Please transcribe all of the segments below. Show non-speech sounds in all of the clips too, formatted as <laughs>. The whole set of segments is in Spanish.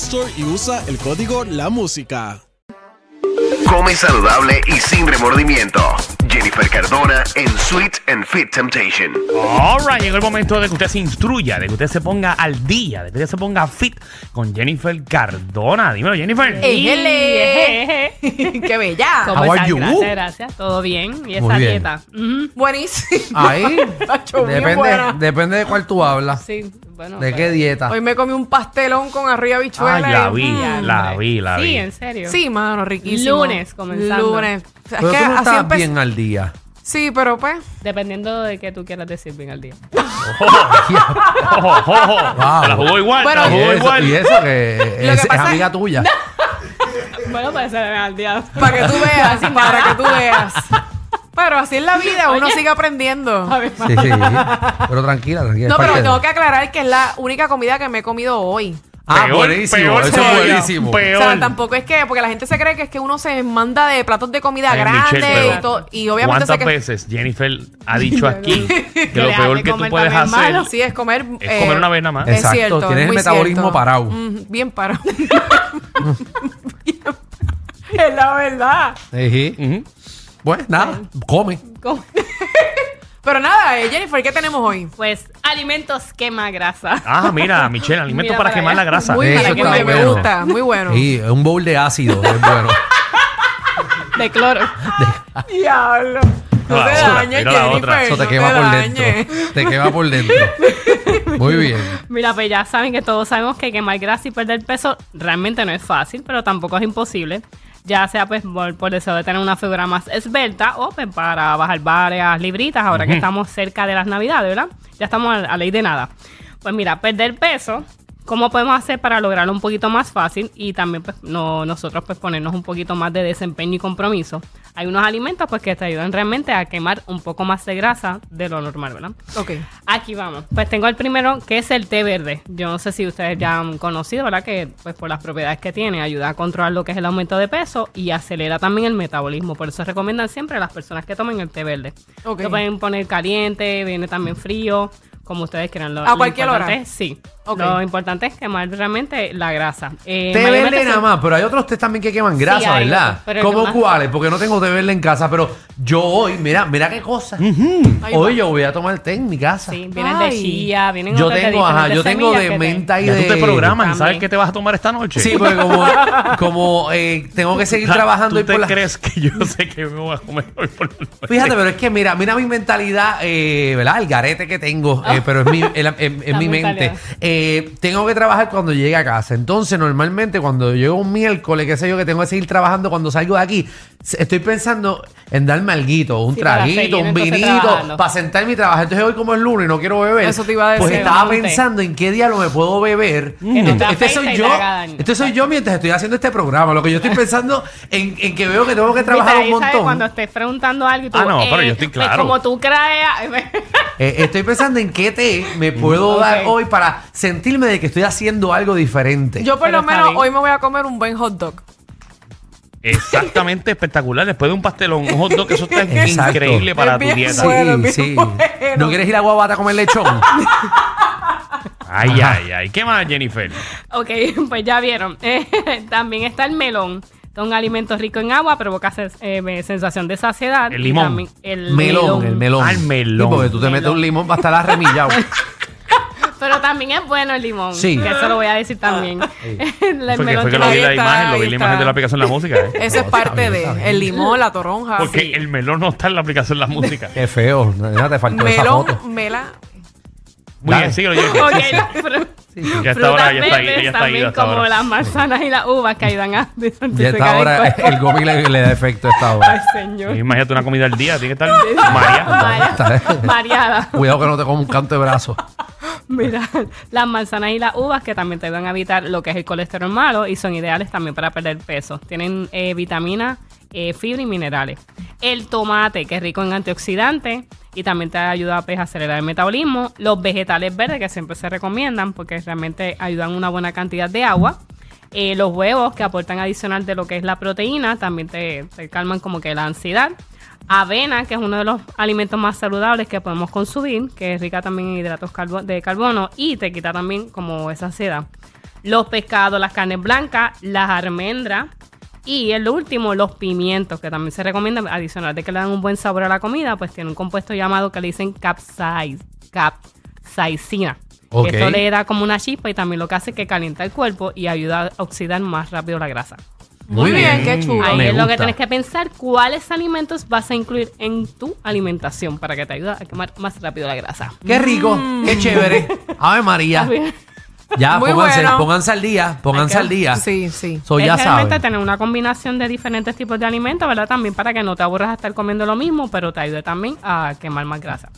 Store y usa el código La Música. Come saludable y sin remordimiento. Jennifer Cardona en Sweet and Fit Temptation. Alright, llegó el momento de que usted se instruya, de que usted se ponga al día, de que usted se ponga fit con Jennifer Cardona. Dímelo, Jennifer. Ejele. <laughs> ¡Qué bella! ¿Cómo Ah, How are estás? you? Uh. Gracias, gracias. Todo bien. Y esa Muy bien. dieta. Ujú. Buenísimo. Ah. Ahí. <laughs> Tacho, bien depende, buena. depende de cuál tú hablas. Sí, bueno. pues, ¿De qué pero- dieta? Hoy me comí un pastelón con arriba bichuela. Ay, la Ah, vi, la vi, la Sí, vi. en serio. Mm. Sí, mano, riquísimo. Lunes comenzando. Lunes. O sea, es Pero que tú no así estás empe- bien al <laughs> día. <laughs> Sí, pero pues. Dependiendo de qué tú quieras decir bien al día. Ojo, ojo, ojo. Wow. Te la jugó igual, Bueno, te y, la jugó eso, igual. y eso <laughs> que Lo es, que es pasa es- amiga tuya. <laughs> bueno, puede ser bien al <laughs> día. Para que tú veas, para que tú veas. Pero así es la vida, uno Oye. sigue aprendiendo. A ver, Sí, sí. Pero tranquila, tranquila. No, es parte pero de- tengo que aclarar que es la única comida que me he comido hoy. Ah, Peor, buenísimo. peor eso es todavía, buenísimo. peor. O sea, tampoco es que, porque la gente se cree que es que uno se manda de platos de comida Ay, grande Michelle, pero y todo. Y obviamente se ¿Cuántas que. veces Jennifer ha dicho aquí que Que lo le peor hace que tú comer puedes también hacer malo. Sí, es comer. es comer una vez nada más? eh. es- eh, Exacto, tienes el muy metabolismo parado. Ujú, bien parado. <laughs> Bien parado. es la verdad. Ujú. Ujú. Bueno, Pues nada, come. <laughs> ¿cómo? Pero nada, eh, Jennifer, ¿qué tenemos hoy? Pues alimentos quema grasa. Ah, mira, Michelle, alimento Mira para para quemar allá. la grasa. Muy Eso para que está me, me bueno. gusta, muy bueno. Sí, un bowl de ácido <laughs> es bueno. De cloro. Diablo. No Ah, te otra, dañes, mira la Jennifer. otra. Eso te no quema por dañes. dentro. Te quema por dentro. <laughs> Muy bien. Mira, pues ya saben que todos sabemos que quemar grasa y perder peso realmente no es fácil, pero tampoco es imposible. Ya sea pues por, por deseo de tener una figura más esbelta o pues para bajar varias libritas ahora que estamos cerca de las navidades, ¿verdad? Ya estamos a, a ley de nada. Pues mira, perder peso, ¿cómo podemos hacer para lograrlo un poquito más fácil? Y también pues no, nosotros pues ponernos un poquito más de desempeño y compromiso. Hay unos alimentos pues que te ayudan realmente a quemar un poco más de grasa de lo normal, ¿verdad? Ok. Aquí vamos. Pues tengo el primero, que es el té verde. Yo no sé si ustedes ya han conocido, ¿verdad? Que pues por las propiedades que tiene, ayuda a controlar lo que es el aumento de peso y acelera también el metabolismo. Por eso recomiendan siempre a las personas que tomen el té verde. Ok. Lo pueden poner caliente, viene también frío, como ustedes quieran. Lo- ¿A lo cualquier hora? importante es- sí. Ok. Lo importante es quemar realmente la grasa. Eh, Té mayormente verde se- nada más, pero hay otros té también que queman grasa, Sí, hay otros, ¿verdad? pero el que ¿Cómo más- cuáles? Porque no tengo té verde en casa, pero yo hoy, mira, mira qué cosa. Ahí Hoy va. yo voy a tomar té en mi casa. Sí, vienen de Ay. chía, vienen yo otras de tengo, ajá, diferentes yo tengo semillas de que te- menta y Ya de... tú te programas y sabes También. qué te vas a tomar esta noche. Sí, <laughs> porque como, como eh, tengo que seguir Ta- trabajando Ah, ¿Tú y te por la... crees que yo <laughs> sé que me voy a comer hoy por la noche? <laughs> Fíjate, pero es que mira, mira mi mentalidad, eh, ¿verdad? El garete que tengo, Ah. eh, pero es mi, el- em- em- Está mi muy mente. calidad. Eh, tengo que trabajar cuando llegue a casa. Entonces, normalmente cuando llego un miércoles, qué sé yo, que tengo que seguir trabajando cuando salgo de aquí, s- estoy pensando en darme alguito, un Sí, para seguir traguito, un entonces vinito, trabajando. para sentarme y trabajar. Entonces hoy como es lunes y no quiero beber, Eso te iba a decir. pues estaba Monte. pensando en qué diablo me puedo beber. no te Este, este afecte y soy te yo, haga daño. este soy yo mientras estoy haciendo este programa. Lo que yo <laughs> estoy pensando en, en que veo que tengo que trabajar Viste, un ahí sabes montón. cuando estés preguntando algo y tú, Ah, no, pero yo estoy pues, claro. como tú creas. Eh, estoy pensando en qué té me Mm. puedo Ok. dar hoy para sentirme de que estoy haciendo algo diferente. Yo por Pero lo está menos bien. hoy me voy a comer un buen hot dog. Exactamente espectacular. Después de un pastelón, un hot dog, eso está Exacto. increíble para Es tu bien dieta. sí, Bueno, bien sí. bueno. ¿No quieres ir a Guabata a <laughs> comer lechón? Ay, ay, ay. ¿Qué más, Jennifer? Ok, <laughs> pues ya vieron. <laughs> Eh, también está el melón. Es Un alimento rico en agua provoca ses- eh, me- sensación de saciedad. El Y limón. también el melón, el melón. Ah, el melón. <laughs> Sí, porque tú te metes un limón para estar arremillado. Pero también es bueno el limón. Sí. Ah. Que eso lo voy a decir también. <laughs> El Fue, que- melón fue que tiene- lo ahí vi la está, imagen, lo ahí vi la imagen está. de la aplicación de la música. <laughs> ¿eh? Esa es No, parte está bien, está bien. de el limón, la toronja. Porque Ah, sí. el melón no está en la aplicación de la música. Qué feo. Nena, te faltó esa foto. melón, mela. Muy Dale. bien, síguelo, Jennifer. <laughs> Ok, la fru- Ya está frutas ahora, ya está ahí, verdes ya está ahí, también, hasta como ahora. las manzanas y las uvas que ayudan a Ya está ahora el gomi le, le da efecto a <laughs> esta Ay, hora. señor. Imagínate una comida al día, tiene <laughs> que estar María. Varia- Variada. Cuidado que no te como un canto de brazo. <laughs> Mira, las manzanas y las uvas que también te ayudan a evitar lo que es el colesterol malo y son ideales también para perder peso. Tienen eh, vitaminas, eh, fibra y minerales. El tomate, que es rico en antioxidantes y también te ayuda pues, a acelerar el metabolismo. Los vegetales verdes, que siempre se recomiendan porque realmente ayudan una buena cantidad de agua. Eh, los huevos, que aportan adicional de lo que es la proteína, también te, te calman como que la ansiedad. Avena, que es uno de los alimentos más saludables que podemos consumir, que es rica también en hidratos carbo- de carbono y te quita también como esa ansiedad. Los pescados, las carnes blancas, las almendras y el último, los pimientos, que también se recomienda adicional de que le dan un buen sabor a la comida, pues tiene un compuesto llamado que le dicen capsaic- capsaicina. Ok. Que Esto le da como una chispa y también lo que hace es que calienta el cuerpo y ayuda a oxidar más rápido la grasa. Muy bien, qué chulo. Ahí Me es lo que gusta. tienes que pensar cuáles alimentos vas a incluir en tu alimentación para que te ayude a quemar más rápido la grasa. Qué rico, qué chévere. Ave María. Ya, Mm. Muy pónganse, bueno. pónganse al día, pónganse al día. Sí, sí. So, ya es realmente saben. tener una combinación de diferentes tipos de alimentos, ¿verdad? También para que no te aburras a estar comiendo lo mismo, pero te ayude también a quemar más grasa.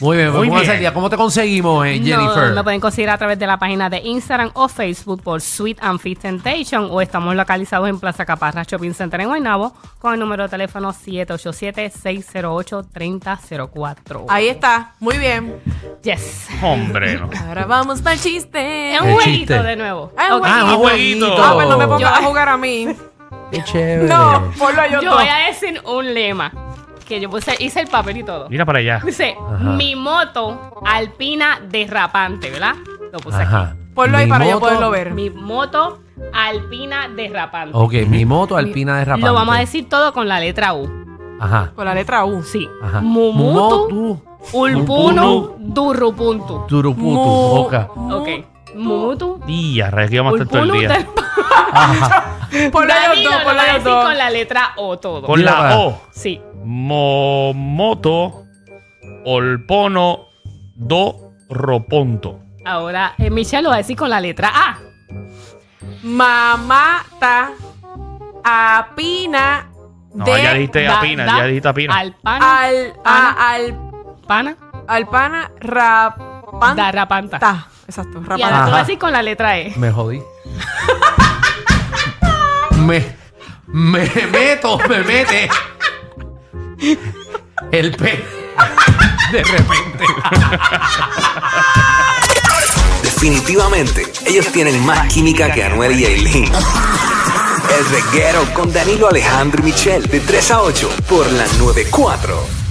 Muy bien, Muy pónganse bien. al día. ¿Cómo te conseguimos, eh, Jennifer? No, me pueden conseguir a través de la página de Instagram o Facebook por Sweet and Fit Temptation o estamos localizados en Plaza Caparra Shopping Center en Guaynabo con el número de teléfono 787-608-3004. Ahí está. Muy bien. Yes. Hombre, no. Ahora vamos para el chiste. Es El un chiste. jueguito de nuevo. Ah, es un Ok. ah, un Un jueguito. jueguito. Ah, pues no me pongas Yo- a jugar a mí. Qué chévere. No, ponlo a yo Yo todo. voy a decir un lema que yo puse, hice el papel y todo. Mira para <laughs> allá. Dice, Ajá. mi moto alpina derrapante, ¿verdad? Lo puse Ajá. Ponlo ahí Mi para yo moto- poderlo ver. aquí. Mi moto alpina derrapante. Oh, Ok, mi moto alpina de Lo vamos a decir todo con la letra U. Ajá. Con la letra U. Sí. Ajá. Mumutu, Ulpunu, ulpunu, durrupuntu. Turuputu. Mu- Oca. mu- Ok. Mumutu, Día, rayos, que vamos a estar todo ulpunu, el día. derrapante. Ponlo a ellos Danilo dos, lo ponlo va a a ellos decir dos. con la letra O todo. Con Mira para- la O. Sí. Mo- Moto, olpono, do, roponto. Ahora, eh, Michelle lo va a decir con la letra A. Mamata apina No, de ya dijiste Da- apina, da- ya dijiste apina. Al pana. al, a- al, pana. al pana rapanta. Da rapanta. Exacto, Y ahora rapanta. tú vas Ajá. a decir con la letra E. Me jodí. me, me meto, me mete. El pe. De repente. Definitivamente, ellos tienen más química que Anuel y Aileen. El reguero con Danilo Alejandro y Michel de 3 a 8 por la 94.